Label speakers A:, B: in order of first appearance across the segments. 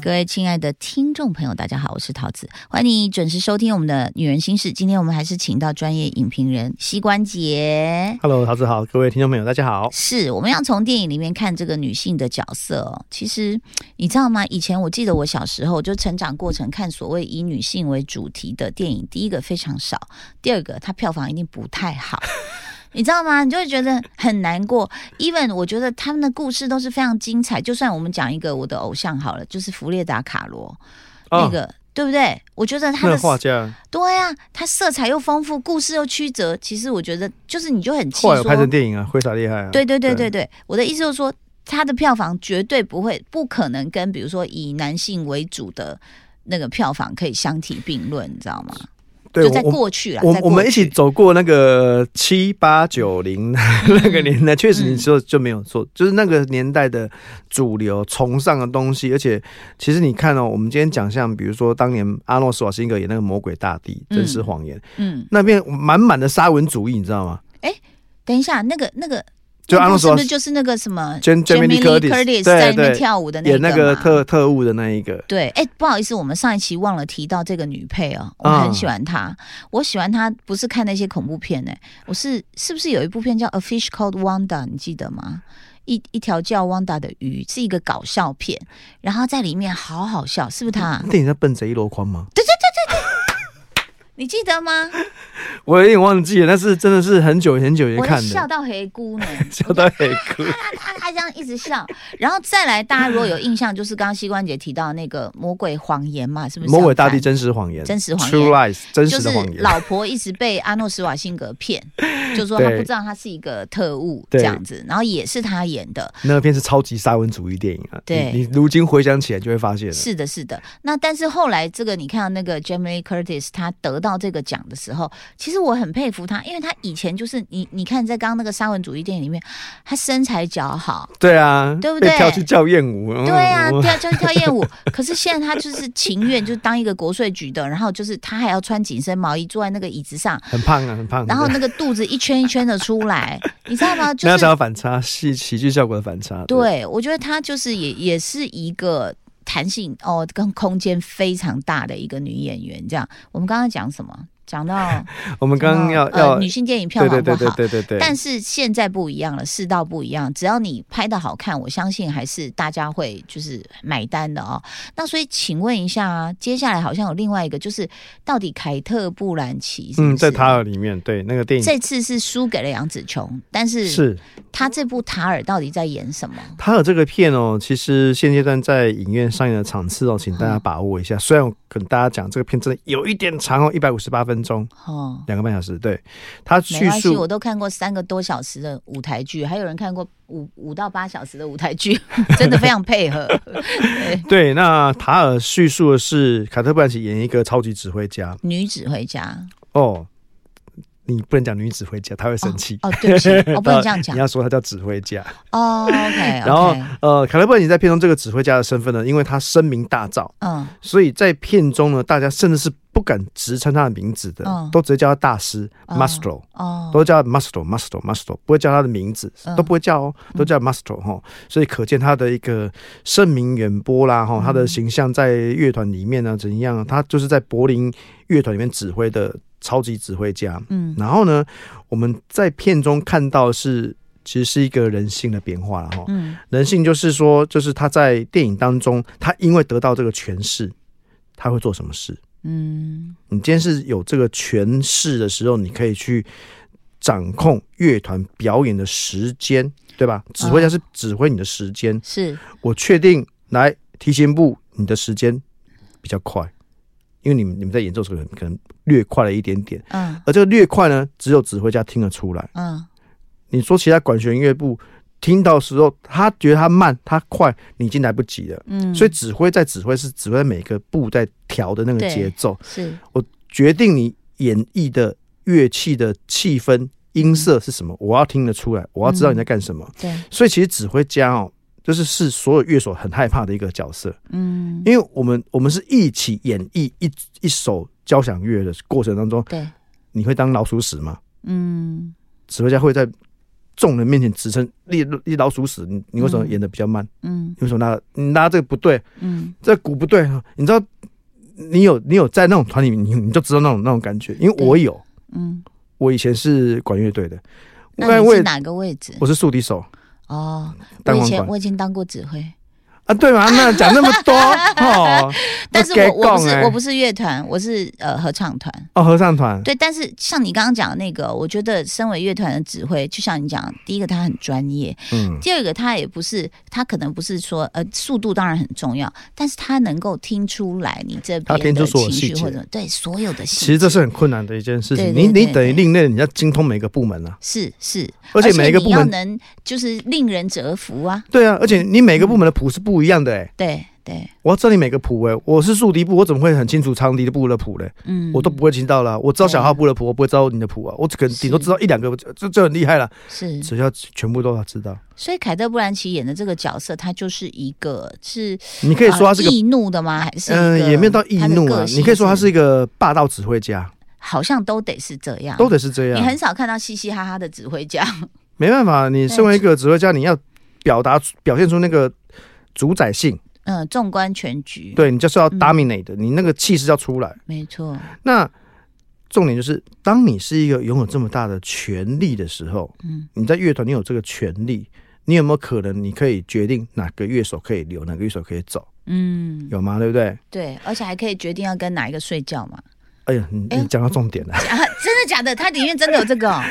A: 各位亲爱的听众朋友，大家好，我是桃子，欢迎你准时收听我们的《女人心事》。今天我们还是请到专业影评人膝关节。
B: Hello，桃子好，各位听众朋友，大家好。
A: 是我们要从电影里面看这个女性的角色哦。其实你知道吗？以前我记得我小时候就成长过程看所谓以女性为主题的电影，第一个非常少，第二个它票房一定不太好。你知道吗？你就会觉得很难过。Even 我觉得他们的故事都是非常精彩。就算我们讲一个我的偶像好了，就是弗列达·卡罗、那
B: 哦、
A: 个，对不对？我觉得他
B: 那
A: 的
B: 画家
A: 对啊，他色彩又丰富，故事又曲折。其实我觉得就是你就很气
B: 后来有
A: 说，
B: 拍成电影啊，非常厉害啊。
A: 对对对对对，我的意思就是说，它的票房绝对不会、不可能跟比如说以男性为主的那个票房可以相提并论，你知道吗？
B: 对，
A: 就在
B: 我我
A: 过去啦，
B: 我
A: 在过
B: 我们一
A: 去嗯
B: 起走过那个七八九零 那个年代，确实你说就没有错，就是那个年代的主流崇尚的东西，而且其实你看哦，我们今天讲像比如说当年阿诺·施瓦辛格演那个《魔鬼大地》《真实谎言》，
A: 嗯，
B: 那边满满的沙文主义，你知道吗？
A: 等一下，那个那个
B: 就
A: 那
B: 阿
A: 部
B: 诺·施
A: 是
B: 瓦
A: 不是
B: 辛
A: 就是那个什么
B: Jam- Jamie Lee
A: Lee
B: Curtis，
A: 在那
B: 对
A: 边
B: 对
A: 跳舞的
B: 演
A: 那
B: 那个
A: 嘛
B: 特特务的那一个，
A: 对，哎、不好意思，我们上一期忘了提到这个女配哦，我很喜欢她。我喜欢她不是看那些恐怖片哎、我是是不是有一部片叫《A Fish Called Wanda》，你记得吗？一一条叫 Wanda 的鱼是一个搞笑片，然后在里面好好笑，是不是她啊？
B: 电影叫《奔着一箩筐》吗？
A: 你记得吗？
B: 我有点忘记了，但是真的是很久很久以前
A: 我都
B: 看
A: 笑
B: 的，
A: 到黑姑 呢，
B: 笑到很 哭。
A: 啊，这样一直笑，然后再来，大家如果有印象，就是刚刚膝关节提到那个《魔鬼谎言》嘛，是不是？
B: 魔鬼大地真实谎言，
A: 真实谎
B: True
A: 言
B: Lies，真
A: 就
B: 实
A: 是
B: 的谎言。
A: 老婆一直被阿诺·施瓦辛格骗， 就说他不
B: 对
A: 知道他是一个特务这
B: 对
A: 样子，然后也是他演的，
B: 那片是超级沙文主义电影啊，
A: 对
B: 你你如今回想起来就会发现了。
A: 是的，是的。那但是后来这个你看到那个 Jamie Lee Curtis 他得到这个奖的时候，其实我很佩服他，因为他以前就是你你看在刚刚那个沙文主义电影里面，他身材姣好，
B: 对啊，
A: 对不对
B: 被跳去跳艳舞，嗯
A: 对 啊，
B: 我
A: 跳跳跳艳舞。可是现在他就是情愿就当一个国税局的，然后就是他还要穿紧身毛衣坐在那个椅子上，
B: 很胖啊，很胖。
A: 然后
B: 对
A: 那个肚子一圈一圈的出来，你知道 吗？就
B: 那
A: 是
B: 才有反差，戏喜剧效果的反差。，
A: 对，我觉得她就是也也是一个弹性哦，跟空间非常大的一个女演员。这样，我们刚刚讲什么？讲到
B: 我们刚刚要
A: 讲到
B: 要
A: 呃、女，性电影票
B: 对
A: 房
B: 对
A: 不
B: 对
A: 好，
B: 对对对对。
A: 但是现在不一样了，世道不一样，只要你拍的好看，我相信还是大家会就是买单的哦。那所以请问一下啊，接下来好像有另外一个，就是到底凯特·布兰奇是不是
B: 嗯，在塔尔里面，对那个电影
A: 这次是输给了杨紫琼，但是
B: 是
A: 她这部《塔尔》到底在演什么？
B: 塔尔这个片哦，其实现阶段在影院上映的场次哦，请大家把
A: 嗯
B: 握一下。虽然我跟大家讲，这个片真的有一点长哦，一百五十八分钟，
A: 哦，
B: 两个半小时。对，它
A: 没
B: 叙
A: 关系，
B: 述
A: 我都看过三个多小时的舞台剧，还有人看过五五到八小时的舞台 剧，真的非常配合。
B: 对，那塔尔叙述的是卡特布兰奇演一个超级指挥家
A: 女指挥家，
B: 哦，你不能讲女指挥家，她会生气。
A: 哦，对不 起，我、不能这样讲
B: 你。要说她叫指挥家。
A: 哦，OK，
B: 然后呃，卡特布兰奇在片中这个指挥家的身份呢，因为他声名大噪，
A: 嗯，
B: 所以在片中呢，大家甚至是不敢直称他的名字的，
A: 嗯
B: 都直接叫他大师
A: 哦
B: Mastro。
A: 哦，
B: 都叫 Mastro Mastro Mastro，不会叫他的名字，
A: 嗯
B: 都不会叫哦，都叫 Mastro 哈、所以可见他的一个声名远播啦
A: 嗯
B: 哈，他的形象在乐团里面呢、怎样啊，他就是在柏林乐团里面指挥的超级指挥家。
A: 嗯
B: 然后呢，我们在片中看到的是。其实是一个人性的变化了哈，
A: 嗯
B: 人性就是说，就是他在电影当中，他因为得到这个权势，他会做什么事？
A: 嗯
B: 你今天是有这个权势的时候，你可以去掌控乐团表演的时间，对吧？指挥家
A: 嗯
B: 是指挥你的时间，
A: 是
B: 我确定来提琴部，你的时间比较快，因为你们你们在演奏的时候可能可能略快了一点点，
A: 嗯
B: 而这个略快呢，只有指挥家听得出来。
A: 嗯
B: 你说其他管弦乐部听到的时候，他觉得他慢，他快，你已经来不及了。
A: 嗯，
B: 所以指挥在指挥是指挥每个部在调的那个
A: 对
B: 节奏，
A: 是
B: 决定你演绎的乐器的气氛、音色是什么，我要听得出来，我要知道你在干什么。
A: 对，
B: 所以其实指挥家哦，就是是所有乐手很害怕的一个角色，
A: 嗯
B: 因为我们我们是一起演绎一一首交响乐的过程当中，
A: 对，
B: 你会当老鼠屎吗？
A: 嗯
B: 指挥家会在众人面前指称立立老鼠屎，你你为什么演的比较慢？
A: 嗯
B: 你为什么拉你拉这个不对，
A: 嗯，
B: 这鼓不对？你知道，你有你有在那种团里面，你你就知道那种那种感觉，因为我有，
A: 嗯，
B: 我以前是管乐队的，
A: 那你
B: 我
A: 是
B: 也
A: 哪个位置？
B: 我是竖笛手
A: 哦，我
B: 单
A: 以
B: 簧
A: 前
B: 管
A: 我已经当过指挥，
B: 啊，对嘛？那讲那么 多哦，
A: 但是
B: 该
A: 我我不
B: 讲
A: 是
B: 欸
A: 我不是乐团，我是呃合唱团。
B: 哦，合唱团，
A: 对，但是像你刚刚讲的那个，我觉得身为乐团的指挥，就像你讲，第一个他很专业，
B: 嗯，
A: 第二个他也不是，他可能不是说呃速度当然很重要，但是他能够听出来你这
B: 他
A: 边
B: 听
A: 的
B: 出所有
A: 情绪
B: 细节
A: 或者对所有的细节，
B: 其实这是很困难的一件事情，
A: 对对
B: 你
A: 对
B: 你等
A: 对
B: 于另类，你要精通每个部门啊，
A: 是是，
B: 而且每一个部
A: 你要
B: 门
A: 能就是令人折服啊，
B: 对啊，而且你每个部门的谱是不一样的哎、
A: 对对，
B: 我要知道你每个谱哎、我是竖笛部，我怎么会很清楚长笛部的谱嘞？
A: 嗯，哦
B: 我都不会听到啦，我知道小号部的谱，我不会知道你的谱啊，我只可能顶多
A: 是嗯
B: 知道一两个，这这很厉害了。
A: 是，
B: 只要全部都要知道，
A: 所以凯特·布兰奇演的这个角色，他就是一个是
B: 你可以说他是
A: 呃
B: 个，
A: 易怒的吗？还是
B: 嗯、也没有到易怒啊，你可以说他
A: 他
B: 是一个霸道指挥家，
A: 好像都得是这样，
B: 都得是这
A: 啊你
B: 样
A: 很。少看到嘻嘻哈哈的指挥家，
B: 没办法，你身为一个指挥家，你要表达表现出那个主宰性，
A: 嗯，纵观全局，，
B: 对你就是要
A: 嗯
B: dominate 的，你那个气势要出来。
A: 没错，
B: 那重点就是，当你是一个拥有这么大的权力的时候，
A: 嗯，
B: 你在乐团你有这个权利，你有没有可能你可以决定哪个乐手可以留，哪个乐手可以走？
A: 嗯，
B: 有吗？对不对？
A: 对，而且还可以决定要跟哪一个睡觉嘛。
B: 哎呀，你
A: 哎呦
B: 你讲到重点了。
A: 啊，真的假的？它里面真的有 这个、哦？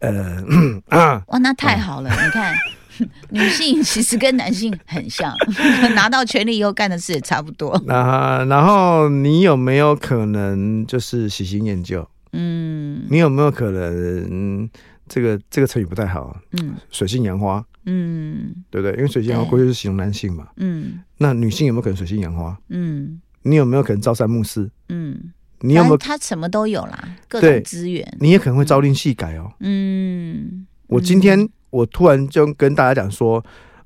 B: 呃，
A: 哇，那太好
B: 嗯
A: 了！你看， 女性 其实跟男性很像， 拿到权力以后干的事也差不多。
B: 那然后你有没有可能就是喜新厌旧？
A: 嗯
B: 你有没有可能、嗯这个这个成语不太好，
A: 嗯
B: 水性杨花，
A: 嗯
B: 对不对？因为水性杨花
A: 对
B: 过去是形容男性嘛，
A: 嗯
B: 那女性有没有可能水性杨花？
A: 嗯
B: 你有没有可能朝三暮四？
A: 嗯，
B: 你有没有？
A: 他什么都有啦，各种
B: 对
A: 资源。
B: 你也可能会朝令夕改哦。
A: 嗯，
B: 我今天我突然就跟大家讲说，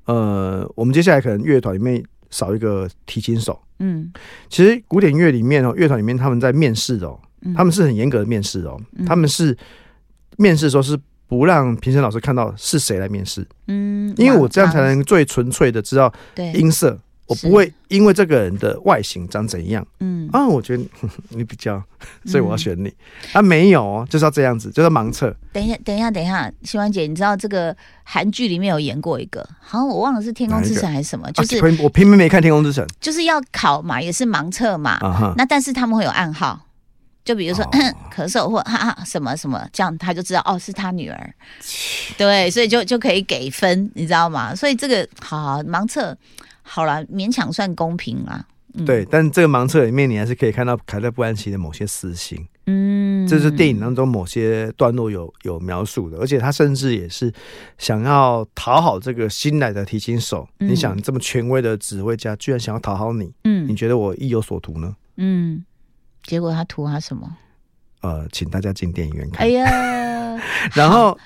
B: 呃，我们接下来可能乐团里面少一个提琴手。
A: 嗯
B: 其实古典乐里面哦，乐团里面他们在面试哦，
A: 嗯
B: 他们是很严格的面试哦，
A: 嗯
B: 他们是面试的时候是不让评审老师看到是谁来面试，
A: 嗯，
B: 因为我这样才
A: 忙
B: 能最纯粹的知道
A: 对，
B: 音色。我
A: 是
B: 不会因为这个人的外形长怎样
A: 嗯
B: 啊，我觉得哼哼你比较，所以我要选你、啊，没有哦，就是要这样子，就是要盲测。啊
A: 等一下，等一下，等一下，希欢姐，你知道这个韩剧里面有演过一个，好像我忘了是《天空之城》还是什么，就是、
B: 啊、偏我偏偏没看《天空之城》
A: 就是要考嘛，也是盲测嘛。
B: 啊哈，
A: 那但是他们会有暗号，就比如说、
B: 哦
A: 咳嗽或哈哈什么什么，这样他就知道哦是他女儿，对，所以就就可以给分，你知道吗？所以这个好好盲测好了，勉强算公平啦。嗯
B: 对，，但这个盲测里面，你还是可以看到凯特·布兰奇的某些私心。
A: 嗯
B: 这是电影当中某些段落有有描述的，而且他甚至也是想要讨好这个新来的提琴手。
A: 嗯
B: 你想，这么权威的指挥家，居然想要讨好你，你
A: 嗯
B: 觉得我意有所图呢？
A: 嗯，结果他图他什 么？
B: 呃，请大家进电影院看。
A: 哎呀，
B: 然 后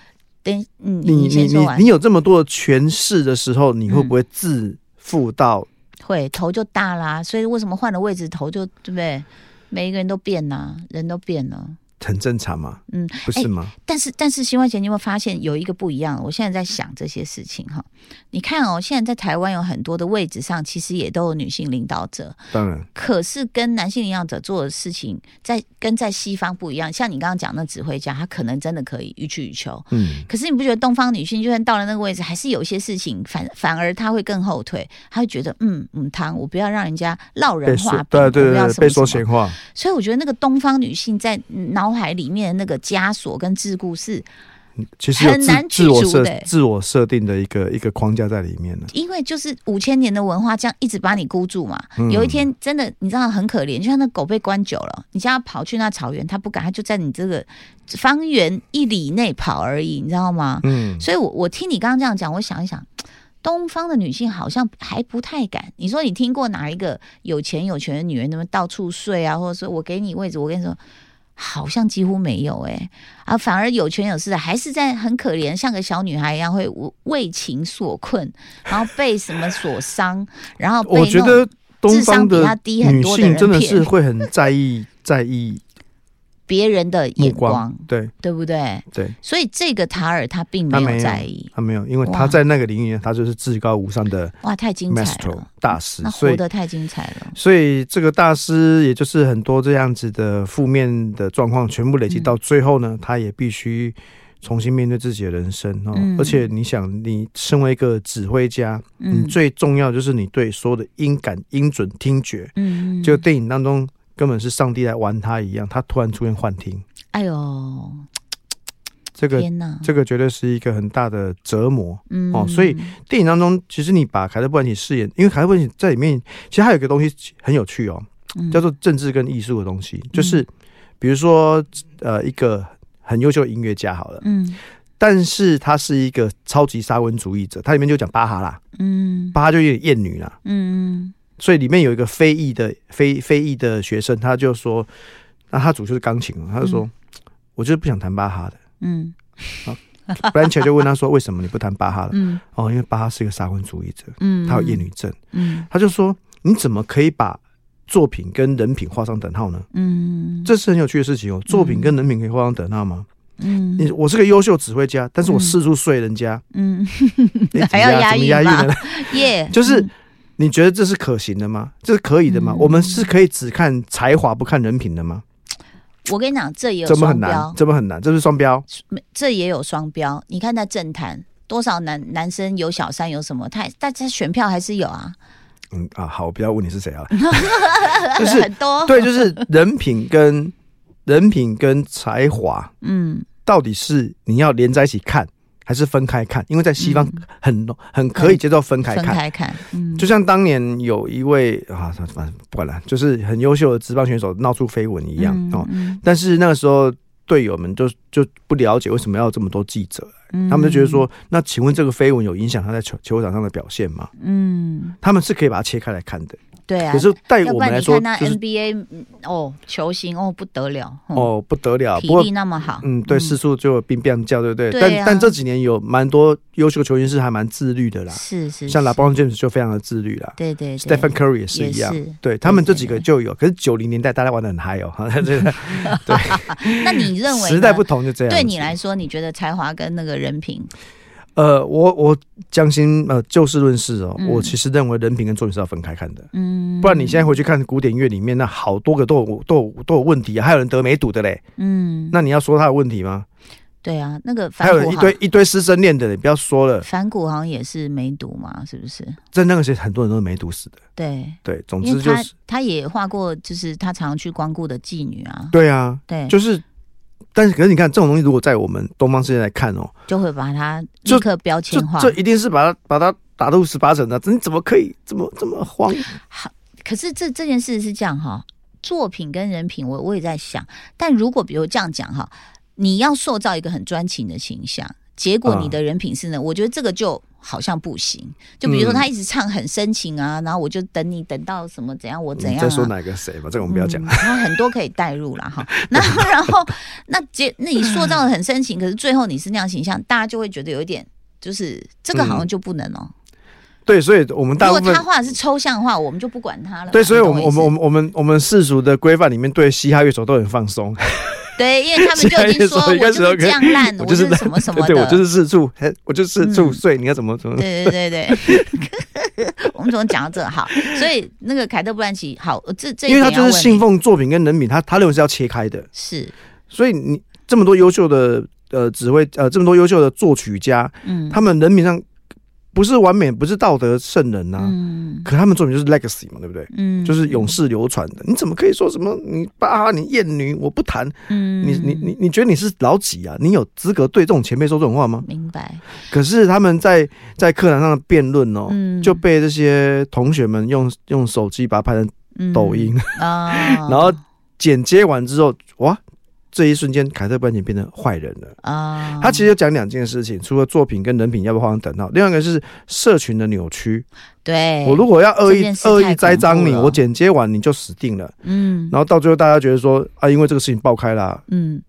A: 等嗯，
B: 你你
A: 先
B: 你
A: 说完嗯
B: 你有这么多的权势的时候，你会不会自负到？
A: 会头就大啦，所以为什么换了位置头就对不对？每一个人都变啦、人都变了。
B: 很正常嘛，
A: 嗯，
B: 不是吗？
A: 但是但是，新外姐，你有没有发现有一个不一样？我现在在想这些事情哈。你看哦，现在在台湾有很多的位置上，其实也都有女性领导者，
B: 当然，
A: 可是跟男性领导者做的事情，在跟在西方不一样。像你刚刚讲那指挥家，他可能真的可以予取予求，
B: 嗯，
A: 可是你不觉得东方女性就算到了那个位置，还是有一些事情反反而她会更后退，她会觉得嗯嗯，汤我不要让人家落
B: 被
A: 人
B: 说
A: 话柄，
B: 对对
A: 我不要
B: 对
A: 什
B: 对，
A: 么
B: 被说
A: 什么
B: 闲话，
A: 所以我觉得那个东方女性在脑海里面的那个枷锁跟桎梏是，
B: 其实有
A: 很难
B: 自
A: 去
B: 自我
A: 除
B: 设
A: 的欸
B: 自我设定的一个一个框架在里面呢。
A: 因为就是五千年的文化这样一直把你箍住嘛。
B: 嗯
A: 有一天真的你知道很可怜，就像那狗被关久了，你叫它跑去那草原，它不敢，它就在你这个方圆一里内跑而已，你知道吗？
B: 嗯，
A: 所以我，我听你刚刚这样讲，我想一想，东方的女性好像还不太敢。你说你听过哪一个有钱有权的女人，那么到处睡啊，或者说我给你位置，我跟你说，好像几乎没有哎、啊，反而有权有势的还是在很可怜，像个小女孩一样，会为情所困，然后被什么所伤，然后哦被
B: 我觉
A: 那种
B: 得东方
A: 智商比
B: 的
A: 他低很
B: 女
A: 多的
B: 性
A: 人
B: 真的
A: 骗
B: 是会很在意在意
A: 别人的眼
B: 目
A: 光，
B: 光，对
A: 对不对？
B: 对，
A: 所以这个塔尔他并
B: 他
A: 没
B: 没
A: 有
B: 有
A: 在意，
B: 他没有，因为
A: 哇
B: 他在那个领域呢，他就是至高无上的
A: 哇，太精彩
B: maestro
A: 了，
B: 大师
A: 那，
B: 所
A: 活
B: 以
A: 得太精彩了，
B: 所以这个大师，也就是很多这样子的负面的状况，全部累积
A: 嗯
B: 到最后呢，他也必须重新面对自己的人生哦。
A: 嗯
B: 而且你想，你身为一个指挥家，
A: 嗯
B: 你最重要就是你对所有的音感、音准、听觉，
A: 嗯，嗯
B: 就电影当中根本是上帝来玩他一样，他突然出现幻听，
A: 哎呦，
B: 这个
A: 天哪，
B: 这个绝对是一个很大的折磨。
A: 嗯
B: 哦所以电影当中，其实你把凯特·布兰奇饰演，因为凯特·布兰奇在里面，其实还有一个东西很有趣哦，
A: 嗯
B: 叫做政治跟艺术的东西，就是比如说呃一个很优秀的音乐家好了，
A: 嗯
B: 但是他是一个超级沙文主义者，他里面就讲巴哈啦，
A: 嗯
B: 巴哈就有点厌女啦，
A: 嗯
B: 所以里面有一个非裔的非非裔的学生，他就说，那他主修是钢琴嘛，他就说。我就是不想弹巴哈的。
A: 嗯
B: b r a n c h 就问他说：“为什么你不弹巴哈了？”
A: 嗯
B: 哦，因为巴哈是一个沙文主义者，
A: 嗯，
B: 他有厌女症。
A: 嗯，
B: 他就说：“你怎么可以把作品跟人品画上等号呢？
A: 嗯嗯，
B: 这是很有趣的事情哦。作品跟人品可以画上等号吗？
A: 嗯
B: 你我是个优秀指挥家，但是我四处睡人家，
A: 嗯
B: 你
A: 还要押
B: 怎么
A: 韵
B: 押
A: 吧
B: 韵呢？
A: 耶，嗯
B: 就是你觉得这是可行的吗？这是可以的吗？
A: 嗯
B: 我们是可以只看才华不看人品的吗？
A: 我跟你讲，这也有
B: 这么很
A: 双
B: 难
A: 标，，
B: 这么很难，这是双标。
A: 这也有双标。你看在政坛，多少男男生有小三有什么，他大家选票还是有啊，
B: 嗯啊，好，我不要问你 是谁啊，就是
A: 很多，
B: 对，就是人品跟人品跟才华，
A: 嗯，
B: 到底是你要连在一起看，还是分开看？因为在西方
A: 嗯
B: 很、很可以接受分开
A: 分
B: 看。
A: 开看，嗯，
B: 就像当年有一位啊，反正不管了，就是很优秀的职棒选手闹出绯闻一样、
A: 嗯
B: 哦。
A: 嗯
B: 但是那个时候队友们就就不了解为什么要有这么多记者，
A: 嗯
B: 他们就觉得，说，那请问这个绯闻有影响他在球球场上的表现吗？
A: 嗯，
B: 他们是可以把它切开来看的。
A: 对啊，
B: 可是对
A: 要
B: 我
A: 不
B: 们
A: 然
B: 来
A: 你
B: 说
A: 看那，
B: 就是
A: NBA 嗯哦，球星哦不得了，嗯，
B: 哦不得了，不
A: 体
B: 过
A: 力那么好，
B: 嗯，对，四处就有冰冰叫，对不对？
A: 对啊
B: 但但这几年有蛮多优秀球员是还蛮自律的啦，
A: 是是，
B: 像
A: 是
B: LeBron James 就非常的自律啦
A: 对对对
B: ，Stephen Curry 也是
A: 也
B: 一样，
A: 是。
B: 对他们这
A: 对
B: 几个就有。可是九零年代大家玩的很嗨哦， 哈，这个
A: 那你 认为呢
B: 时代不同就这样。
A: 对你来，说，你觉得才华跟那个人品，
B: 呃，我我将心呃就事论事哦，
A: 嗯
B: 我其实认为人品跟作品是要分开看的。
A: 嗯，
B: 不然你现在回去看古典乐里面，那好多个都有都有都有问题啊，还有人得梅毒的嘞。
A: 嗯，
B: 那你要说他有问题吗？
A: 对啊，那个反
B: 还有
A: 骨
B: 一
A: 好
B: 堆一堆师生恋的嘞，不要说了，
A: 反骨好像也是梅毒嘛，是不是？
B: 在那个时候很多人都是梅毒死的。
A: 对，
B: 对，总
A: 因
B: 之
A: 为
B: 就
A: 他
B: 是
A: 他也画过，就是他常去光顾的妓女啊，
B: 对啊，
A: 对，就
B: 就是，但是可是你看这种东西，如果在我们东方世界来看哦，
A: 会把他
B: 就
A: 立刻标
B: 这
A: 签化。
B: 这一定是把它把它打入十八层的，你怎么可以这么这 么慌？
A: 可是这这件事是这样哈，作品跟人品我，我也在想，但如果比如这样讲哈，你要塑造一个很专情的形象，结果
B: 啊
A: 你的人品是呢，我觉得这个就。好像不行，就比如说
B: 嗯
A: 他一直唱很深情啊，然后我就等你等到什么怎样，我怎
B: 嗯你
A: 样、啊。
B: 在说哪个谁吧，这个我们不要讲
A: 嗯。他很多可以代入啦 哈。那然后那结那你塑造的很深情，可是最后你是那样形象，大家就会觉得有一点。就是这个好像就不能哦、
B: 对，所以我们嗯大
A: 如
B: 部
A: 果
B: 分
A: 他画的是抽象画，我们就不管他了。
B: 对，所以
A: 你
B: 我
A: 懂
B: 们
A: 意思
B: 我们我们我们我们世俗的规范里面，对嘻哈乐手都很放松。
A: 对，因为他们就已经说
B: 现
A: 我
B: 在就说
A: 就是这样烂，我
B: 我
A: 就
B: 就是
A: 是什么什么的，
B: 对我就是四处，嘿我就是四处
A: 嗯
B: 睡，你要怎么怎么？
A: 对对对对。 我们怎么讲到这好？所以那个凯特·布兰奇，好，这这一
B: 因为他
A: 点要
B: 就是
A: 问
B: 信
A: 你
B: 奉作品跟人品，他他认为是要切开的。
A: 是
B: 所以你这么多优秀的呃指挥呃这么多优秀的作曲家，
A: 嗯
B: 他们人品上不是完美，不是道德圣人呐、啊
A: 嗯
B: 可他们作品就是 legacy 嘛，对不对？
A: 嗯
B: 就是永世流传的。你怎么可以说什么你巴哈你艳女我不谈？
A: 嗯
B: 你你你你觉得你是老几啊？你有资格对这种前辈说这种话吗？
A: 明白
B: 可是他们在在课堂上的辩论哦，
A: 嗯
B: 就被这些同学们用用手机把它拍成
A: 嗯
B: 抖音，
A: 啊，
B: 然后 剪接完之后，哇！这一瞬间，凯特·布兰奇变成坏人了。
A: 啊，
B: 他其实有讲两件事情，除了作品跟人品要不要画上等号，另外一个是社群的扭曲。
A: 对，
B: 我如果要恶
A: 哎这
B: 意
A: 件事太
B: 恶意栽赃
A: 恐
B: 你，
A: 怖了
B: 我剪接完你就死定了。
A: 嗯
B: 然后到最后大家觉得说啊，因为这个事情爆开啦，
A: 嗯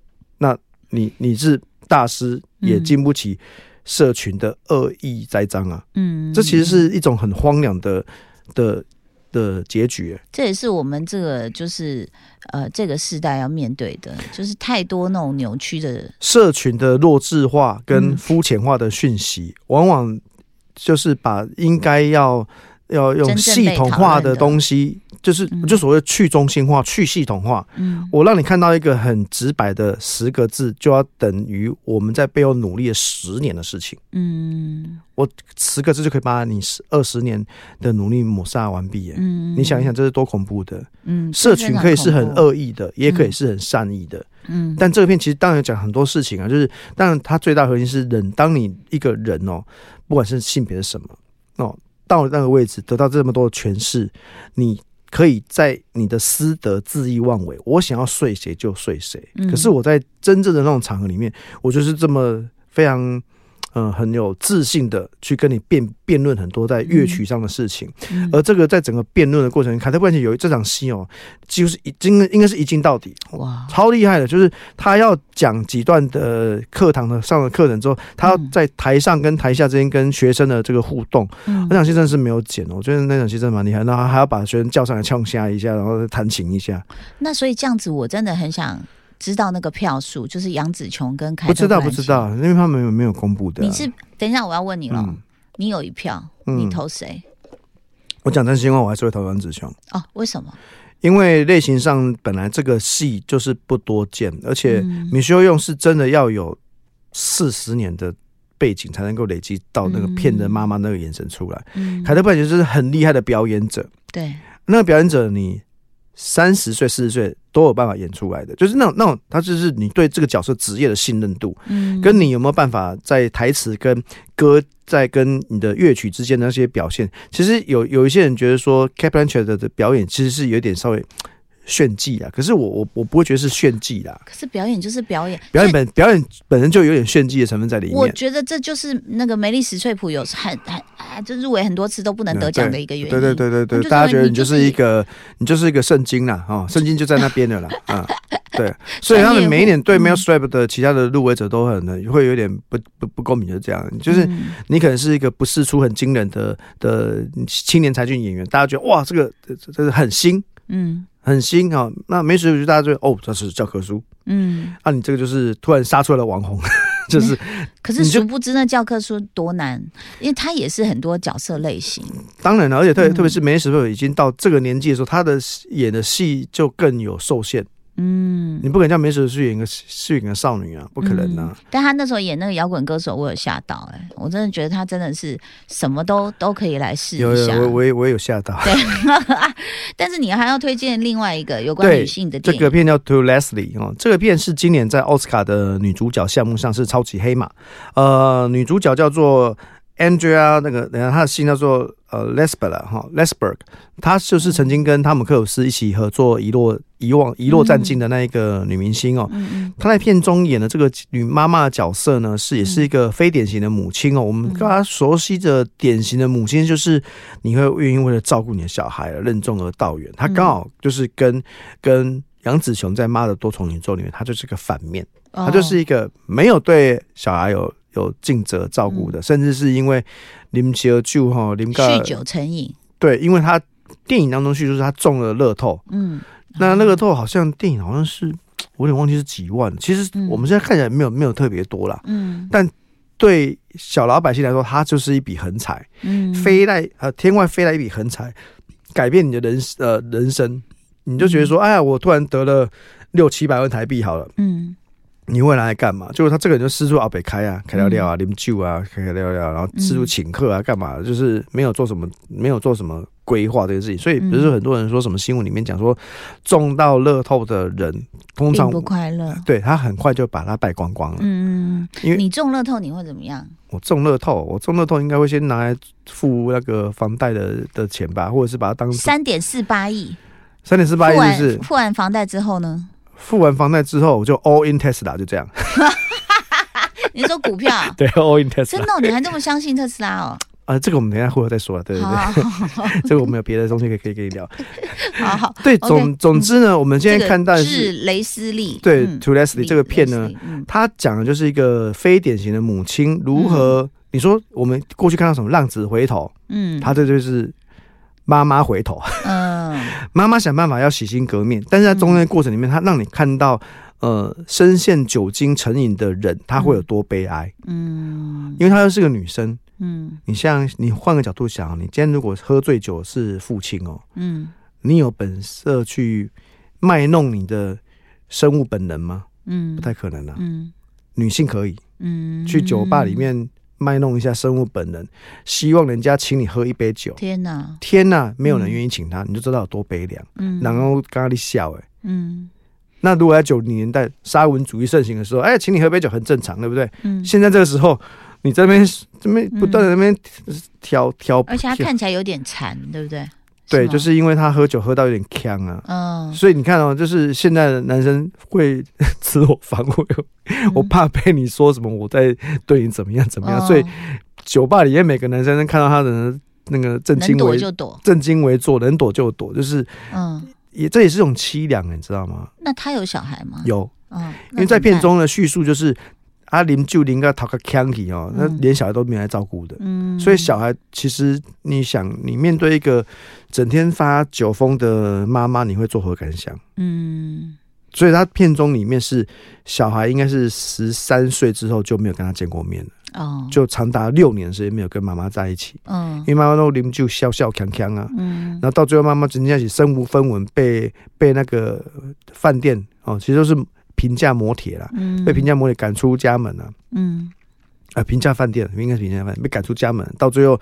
B: 你你是大师
A: 嗯
B: 也经不起社群的恶意栽赃啊。
A: 嗯，
B: 这其实是一种很荒凉的的的结局。
A: 这也是我们这个就是呃这个时代要面对的，就是太多那种扭曲的，
B: 社群的弱智化跟
A: 嗯
B: 肤浅化的讯息，往往就是把应该要要用
A: 真正被
B: 系统
A: 讨
B: 化
A: 论的
B: 的东西，就是
A: 嗯
B: 就所谓去中心化、去系统化。
A: 嗯
B: 我让你看到一个很直白的十个字，就要等于我们在背后努力了十年的事情。
A: 嗯
B: 十个字就可以把你十二十年的努力抹杀完毕耶。
A: 嗯，
B: 你想一想，这是多恐怖的！
A: 嗯，
B: 社群可以是很
A: 恶，
B: 恶意的，也可以是很善意的。
A: 嗯，
B: 但这篇其实当然讲很多事情啊，就是当然它最大核心是人，当你一个人哦，不管是性别是什么哦，到那个位置得到这么多的诠释，你可以在你的私德恣意妄为，我想要睡谁就睡谁。
A: 嗯
B: 可是我在真正的那种场合里面，我就是这么非常。嗯，很有自信的去跟你辩辩论很多在乐曲上的事情，
A: 嗯
B: 而这个在整个辩论的过程，卡特布兰奇有这场戏哦，几乎是一应该应该是一镜到底，
A: 哇，
B: 超厉害的，就是他要讲几段的课堂的上的课程之后，他要在台上跟台下之间跟学生的这个互动，
A: 嗯
B: 那场戏真的是没有剪哦，我觉得那场戏真的蛮厉害，那还要把学生叫上来呛虾一下，然后弹琴一下，
A: 那所以这样子，我真的很想知道那个票数，就是杨紫琼跟凯
B: 不知
A: 特
B: 道
A: 布
B: 不
A: 兰
B: 知
A: 奇。
B: 道，因为他们有没有公布的啊、
A: 你是等一下，我要问你了，
B: 嗯
A: 你有一票，
B: 嗯
A: 你投谁？
B: 我讲真心话，我还是会投杨子雄，
A: 哦，为什么？
B: 因为类型上本来这个戏就是不多见，而且
A: 嗯
B: 米修用是真的要有四十年的背景才能够累积到那个骗人妈妈那个眼神出来。
A: 嗯
B: 凯特·布兰奇就是很厉害的表演者，
A: 对，
B: 那个表演者你三十岁、四十岁都有办法演出来的，就是那种那种，他就是你对这个角色职业的信任度，
A: 嗯
B: 跟你有没有办法在台词跟歌在跟你的乐曲之间的那些表现，其实有有一些人觉得说 c a p l a n c h e t 的的表演其实是有点稍微。炫技啊！可是我我我不会觉得是炫技啦，
A: 可是表演就是表演，
B: 表演本表演本身就有点炫技的成分在里
A: 我
B: 面。
A: 觉得这就是那个梅丽史翠普有很很啊，就入围很多次都不能得奖的一个原因。
B: 嗯对对对对对
A: 我就，
B: 大家
A: 认
B: 觉
A: 为
B: 得
A: 你
B: 你
A: 就
B: 就是是一个你就是一个圣经啦，哦，圣经就在那边的啦， 啊，对，所以他们每一年对
A: 嗯
B: Mel Strip 的其他的入围者都很会有点不不不公平，就是这样，就是
A: 嗯
B: 你可能是一个不世出很惊人的的青年才俊演员，大家觉得哇，这个这这是很新
A: 嗯
B: 很新啊、哦，那没水准，大家就哦，这是教科书
A: 嗯，
B: 啊，你这个就是突然杀出来的网红， 就是
A: 可是
B: 你就
A: 殊不知那教科书多难，因为它也是很多角色类型。
B: 当然了，而且特
A: 嗯
B: 特别是梅什菲尔已经到这个年纪的时候，他的演的戏就更有受限。
A: 嗯
B: 你，不可能叫梅婶去演个去演个少女啊，不可能啊！
A: 嗯但他那时候演那个摇滚歌手，我有吓到哎、我真的觉得他真的是什么都都可以来嗯试
B: 有
A: 一下。
B: 有，我我也我也有吓到。
A: 但是你还要推荐另外一个有关
B: 对
A: 女性的
B: 这
A: 电影，
B: 个片叫《To Leslie》哦，这个片是今年在奥斯卡的女主角项目上是超级黑马。呃，女主角叫做 Andrea，那个然后她的姓叫做呃 Lesbella 哈 Lesberg，她就是曾经跟汤姆克鲁斯一起合作《遗落遗忘遗落战境》的那一个女明星哦。
A: 嗯
B: 她在片中演的这个女妈妈的角色呢，是也
A: 嗯
B: 是一个非典型的母亲哦。我们大家熟悉的典型的母亲，就是你会愿意为了照顾你的小孩而任重而道远。她刚好就是跟跟杨紫琼在《妈的多重宇宙》里面，她就是个反面，
A: 嗯，
B: 她就是一个没有对小孩有有尽责照顾的，甚至是因为林奇而救哈林
A: 哦
B: 盖
A: 嗯酗酒成瘾，
B: 对，因为她电影当中叙述是她中了乐透，
A: 嗯，
B: 那那个透好像电影好像是我有点忘记是几万，其实
A: 嗯
B: 我们现在看起来没有没有特别多啦。
A: 嗯
B: 对小老百姓来说，它就是一笔横财，
A: 嗯
B: 飞来呃天外飞来一笔横财，改变你的人呃人生，你就觉得说，哎呀，我突然得了六七百万台币好了，
A: 嗯
B: 你会拿来干嘛？结果他这个人就四处阿北开啊，开聊聊啊，啉酒啊，开开聊聊啊，然后四处请客
A: 嗯
B: 啊，干嘛的？就是没有做什么，没有做什么规划这个事情。所以不是
A: 嗯
B: 很多人说什么新闻里面讲说，中到乐透的人通
A: 并
B: 常
A: 不快乐。
B: 对他很快就把它败光光了。
A: 嗯，
B: 因为
A: 你中乐透你会怎么样？
B: 我中乐透，我中乐透应该会先拿来付那个房贷的的钱吧，或者是把它当
A: 三点四八亿，
B: 三嗯点四
A: 付
B: 八亿，
A: 完
B: 是不是？
A: 付完房贷之后呢？
B: 付完房贷之后，我就 all in Tesla，就 这样。，
A: 你说股票
B: 对，all in
A: 真
B: Tesla。
A: 的哦、你还这么相信特斯拉哦？
B: 啊，这个我们等一下会后再说了，对对
A: 好
B: 对，
A: 好好
B: 这个我们有别的东西可以可以跟你聊。
A: 好 好，
B: 对，
A: OK，嗯
B: 总总之呢，我们现
A: 这
B: 在
A: 个
B: 看到的
A: 致
B: 是
A: 雷斯利，
B: 对
A: 嗯
B: To Leslie 这个片呢，，
A: 雷斯利嗯
B: 它讲的就是一个非典型的母亲如何。你说我们过去看到什么浪子回头，
A: 嗯嗯，
B: 他这就是妈妈回头，
A: 嗯，
B: 妈妈想办法要洗心革面，但是在中间的过程里面，她让你看到，呃，深陷酒精成瘾的人他会有多悲哀，
A: 嗯
B: 因为她又是个女生。
A: 嗯
B: 你像你换个角度想，你今天如果喝醉酒是父亲哦，
A: 嗯
B: 你有本事去卖弄你的生物本能吗？
A: 嗯，
B: 不太可能啊。
A: 嗯
B: 女性可以
A: 嗯，
B: 去酒吧里，面卖弄一下生物本能，希望人家请你喝一杯酒。
A: 天哪，
B: 天呐、没有人愿意请他，你就知道有多悲凉。
A: 嗯，
B: 然后刚刚你笑哎、
A: 嗯
B: 那如果在九零年代沙文主义盛行的时候，哎、请你喝杯酒很正常，对不对？
A: 嗯，
B: 现在这个时候，你这边这边不断的那边挑挑，
A: 而且他
B: 挑
A: 看起来有点馋，对不对？
B: 对，
A: 吗
B: 就是因为他喝酒喝到有点呛啊。
A: 嗯，
B: 所以你看哦，就是现在的男生会 自我防卫，
A: 嗯
B: 我怕被你说什么，我在对你怎么样怎
A: 怎
B: 么样。所以酒吧里面每个男生看到他的那个正
A: 能
B: 襟
A: 躲
B: 危
A: 就躲，
B: 正襟危坐，能躲就躲，就是
A: 嗯，
B: 也这也是一种凄凉，你知道吗？
A: 那他有小孩吗？，
B: 有，
A: 嗯，
B: 因为在片，中的叙述就是阿林就啊林个讨个 k a 哦，那
A: 嗯
B: 连小孩都没来照顾的。
A: 嗯，
B: 所以小孩其实，你想，你面对一个整天发酒疯的妈妈，你会作何感想？
A: 嗯
B: 所以他片中里面是小孩应该是十三岁之后就没有跟他见过面了，
A: 哦，
B: 就长达六年的时间没有跟妈妈在一起，
A: 嗯
B: 因为妈妈都邻就笑笑锵锵啊，
A: 嗯
B: 然后到最后妈妈真正是身无分文，被被那个饭店哦，其实都是平价摩铁啦，
A: 嗯，
B: 被平价摩铁赶出家门啊，
A: 嗯
B: 啊，平价饭店应该是平价饭店被赶出家门，到最后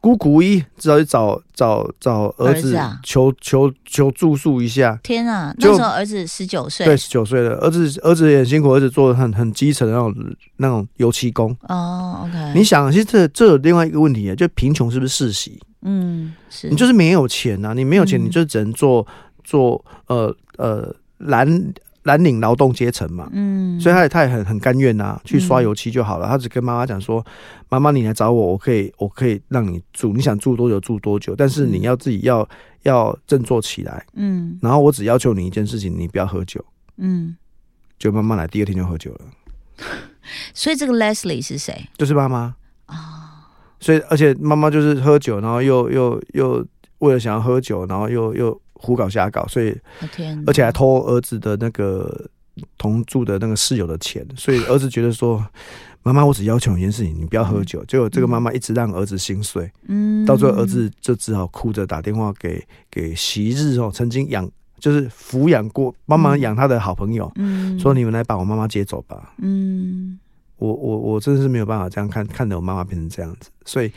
B: 孤苦无依，只好去找找找儿
A: 儿子
B: 子
A: 啊
B: 求求求住宿一下，
A: 天啊，那
B: 就
A: 时候儿子十九岁，
B: 对，十九岁了，儿子儿子也很辛苦，儿子做的很很基层的那种那种油漆工。
A: 哦，OK，
B: 你想，其实这这有另外一个问题啊，就贫穷是不是世袭？
A: 嗯是，
B: 你就是没有钱呐、你没有钱，
A: 嗯
B: 你就只能做做呃呃蓝蓝领劳动阶层嘛。
A: 嗯，
B: 所以他也他也很很甘愿呐、去刷
A: 嗯
B: 油漆就好了。他只跟妈妈讲说：“妈妈，你来找我，我可以我可以让你住，你想住多久住多久，但是你
A: 嗯
B: 要自己要要振作起来。
A: 嗯
B: 然后我只要求你一件事情，你不要喝酒。”
A: 嗯，
B: 就妈妈来，第二天就喝酒了。
A: 所以这个 Leslie 是谁
B: 就是妈妈，
A: 啊？
B: 所以而且妈妈就是喝酒，然后又又又为了想要喝酒，然后又又胡搞瞎搞，所以
A: 我天哪，
B: 而且还偷儿子的那个同住的那个室友的钱，所 以儿子觉得说，妈妈，我只要求一件事情，你不要喝酒。结果这个妈妈一直让儿子心碎，
A: 嗯，
B: 到最后儿子就只好哭着打电话给给昔日哦曾经养就是抚养过帮忙养他的好朋友，
A: 嗯
B: 说你们来把我妈妈接走吧。
A: 嗯
B: 我我我真的是没有办法这样看看着我妈妈变成这样子，所以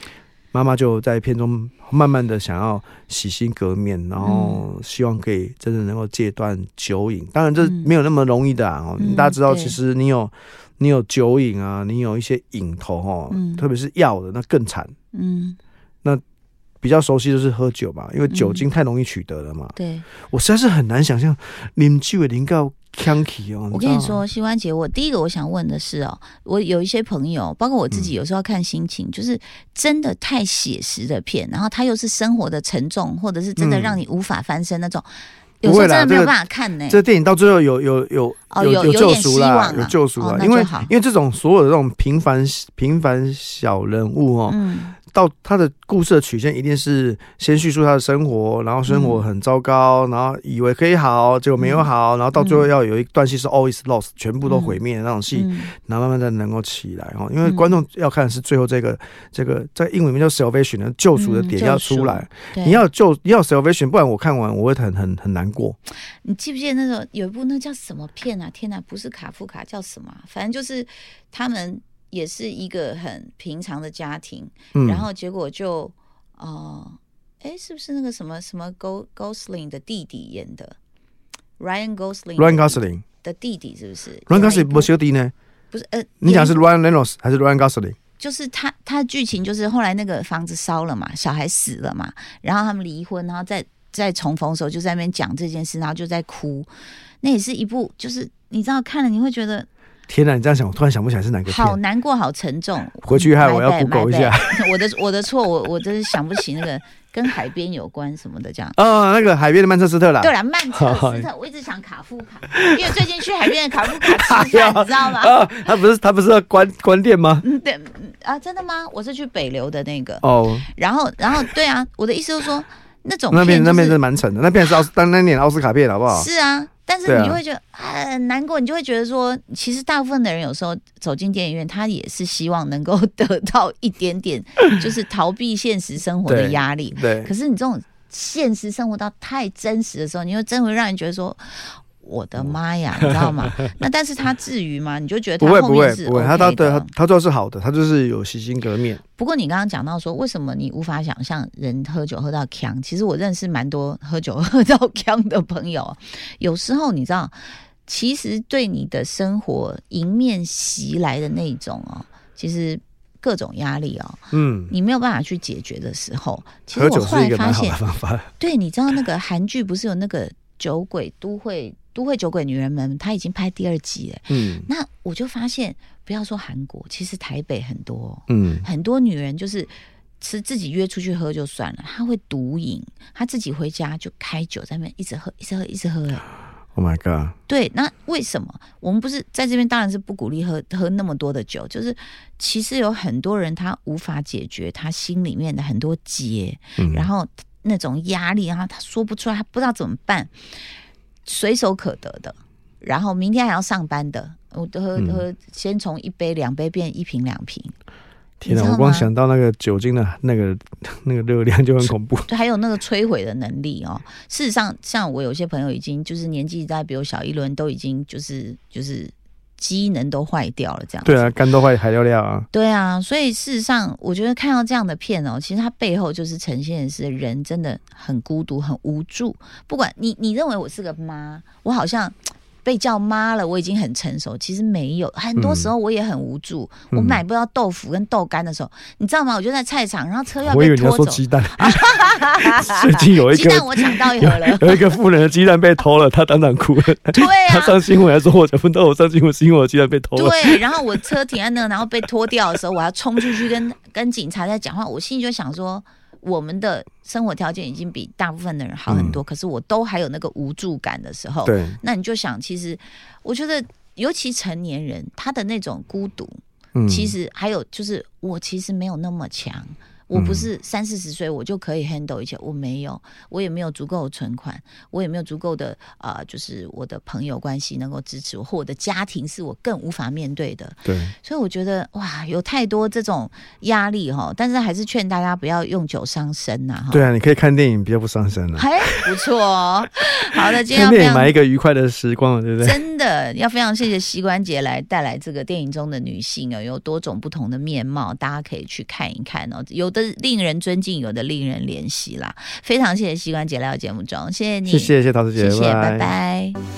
B: 妈妈就在片中慢慢的想要洗心革面，然后希望可以真的能够戒断酒瘾。当然这
A: 嗯
B: 没有那么容易的啊，哦
A: 嗯
B: 大家知道，
A: 对
B: 其实你有你有酒瘾啊，你有一些瘾头哦，
A: 嗯
B: 特别是药的那更惨。
A: 嗯
B: 比较熟悉就是喝酒吧，因为酒精太容易取得了嘛。
A: 对，
B: 我实在是很难想象啉酒的零告 c a n k 哦。
A: 我跟你
B: 知道吗，
A: 说，希欢姐，我第一个我想问的是哦，我有一些朋友，包括我自己，
B: 嗯
A: 有时候要看心情，就是真的太写实的片，然后它又是生活的沉重，或者是真的
B: 嗯
A: 让你无法翻身那种，
B: 不
A: 有时候
B: 会
A: 真
B: 啦
A: 的没
B: 这
A: 有
B: 个
A: 办法看呢、
B: 这电影到最后有有有
A: 哎哦
B: 有
A: 有有
B: 救
A: 点
B: 赎
A: 希
B: 啦，
A: 望
B: 有
A: 啊
B: 救赎
A: 哦
B: 啦，
A: 那
B: 因为
A: 就好
B: 因为这种所有的这种平凡平凡小人物哦，
A: 嗯
B: 到他的故事的曲线一定是先叙述他的生活，然后生活很糟糕，然后以为可以好，结果没有好，然后到最后要有一段戏是 all is lost，全部都毁灭的那种戏，
A: 嗯
B: 然后慢慢才能够起来哦。因为
A: 嗯
B: 观众要看的是最后这个这个在英文里面叫 salvation 的救赎的
A: 嗯
B: 点
A: 救
B: 要
A: 赎
B: 出来，
A: 对
B: 你要有救你要有 salvation，不然我看完我会很很很难过。
A: 你记不记得那种有一部那叫什么片啊？天哪，不是卡夫卡，叫什么啊、反正就是他们也是一个很平常的家庭，
B: 嗯，
A: 然后结果就哦，哎、是不是那个什么什么 Go Gosling 的弟弟演的？Ryan Gosling 的
B: Ryan Gosling。
A: 的弟弟是不是
B: Ryan
A: 演了一
B: Gosling
A: 部
B: 不是弟呢？
A: 不是呃，
B: 你讲是
A: 演
B: Ryan Reynolds 还是 Ryan Gosling？
A: 就是他他的剧情就是后来那个房子烧了嘛，小孩死了嘛，然后他们离婚，然后再再重逢的时候就在那边讲这件事，然后就在哭，那也是一部就是你知道看了你会觉得
B: 天哪，你这样想，我突然想不起来是哪个
A: 好
B: 片。
A: 难过，好沉重。
B: 回去害我
A: My
B: 要
A: bad, my
B: Google 一
A: bad
B: 下。
A: 我的我的错，我我真是想不起那个跟海边有关什么的这 样。
B: 啊，那个海边的曼彻斯特啦。
A: 对了，曼彻斯特，我一直想卡夫卡，因为最近去海边的卡夫卡 吃饭，你知道吗？
B: 啊，他不是他不是要关关店吗？
A: 嗯，对嗯啊，真的吗？我是去北流的那个，
B: 哦，
A: 然后，然后，对啊，我的意思就是说，那种
B: 那边
A: 片就
B: 那边
A: 是
B: 真的蛮沉的，那片是奥斯，当那年奥斯卡片好不好？
A: 是啊，但是
B: 对啊
A: 你就会觉得啊很难过，你就会觉得说，其实大部分的人有时候走进电影院，他也是希望能够得到一点点， 就是逃避现实生活的
B: 对
A: 压力。
B: 对
A: 可是你这种现实生活到太真实的时候，你又真会让人觉得说。我的妈呀，你知道吗？那但是他至于吗？你就觉得
B: 不
A: 他
B: 会
A: 后
B: 不会
A: 面是
B: 不会，
A: OK
B: 他到对
A: 的。啊
B: 他他做的是好的，他就是有洗心革面。
A: 不过你刚刚讲到说，为什么你无法想象人喝酒喝到呛？其实我认识蛮多喝酒喝到呛的朋友，有时候你知道，其实对你的生活迎面袭来的那种哦，其实各种压力哦，
B: 嗯，
A: 你没有办法去解决的时候，其实
B: 喝
A: 我
B: 酒
A: 后
B: 是
A: 来
B: 一个
A: 发
B: 蛮好
A: 现
B: 的，方法。
A: 对，你知道那个韩剧不是有那个酒鬼都会都会酒鬼女人们，她已经拍第二季了。
B: 嗯
A: 那我就发现，不要说韩国，其实台北很多哦、
B: 嗯，
A: 很多女人就是吃自己约出去喝就算了，她会毒瘾，她自己回家就开酒在那边一直喝，一直喝，一直喝、哎，
B: Oh my god！
A: 对，那为什么我们不是在这边？当然是不鼓励喝喝那么多的酒，就是其实有很多人他无法解决他心里面的很多结，
B: 嗯
A: 然后那种压力，然后他说不出来，他不知道怎么办，随手可得的，然后明天还要上班的，我都喝
B: 嗯
A: 喝，先从一杯两杯变一瓶两瓶，
B: 天
A: 你
B: 哪，
A: 知道
B: 我光
A: 吗
B: 想到那个酒精的那个 那个热量就很恐怖。
A: 就还有那个摧毁的能力哦。事实上，像我有些朋友已经就是年纪大概比我小一轮，都已经就是就是机能都坏掉了这样。
B: 对啊，肝都坏，还要料啊。
A: 对啊，所以事实上，我觉得看到这样的片哦，其实它背后就是呈现的是人真的很孤独、很无助。不管你你认为我是个妈，我好像被叫妈了，我已经很成熟，其实没有，很多时候我也很无助。
B: 嗯
A: 我买不到豆腐跟豆干的时候，你知道吗？我就在菜场，然后车要
B: 我以
A: 被
B: 为你要
A: 拖
B: 说
A: 走。
B: 鸡 蛋，最近有一
A: 鸡
B: 个。
A: 蛋我抢到一盒了
B: 有一个富人的鸡蛋被偷了，他当场哭了。
A: 对
B: 他
A: 啊，
B: 上新闻还说我才不知道我上新闻是因为我鸡蛋被偷了。
A: 对。 然后我车停在那，然后被拖掉的时候，我要冲出去跟 跟警察在讲话。我心里就想说，我们的生活条件已经比大部分的人好很多，可是我都还有那个无助感的时候。
B: 嗯对，
A: 那你就想，其实我觉得，尤其成年人，他的那种孤独，
B: 嗯
A: 其实还有就是，我其实没有那么强，我不
B: 嗯
A: 是三四十岁我就可以 handle 一切，我没有，我也没有足够的存款，我也没有足够的啊、呃就是我的朋友关系能够支持我，或我的家庭是我更无法面对的。
B: 对，
A: 所以我觉得哇，有太多这种压力哈，但是还是劝大家不要用酒伤身呐、哈。
B: 对啊，你可以看电影，比较不伤身了。
A: 嘿，不错哦。好的，今天 要
B: 看电
A: 非
B: 影
A: 常
B: 买一个愉快的时光，对不对？
A: 真的要非常谢谢膝关节来带来这个电影中的女性哦，有多种不同的面貌，大家可以去看一看哦。有的令人尊敬，有的令人怜惜啦。非常谢谢膝关节来到节目中，谢谢你，
B: 谢谢，谢谢陶师姐，
A: 谢谢，拜拜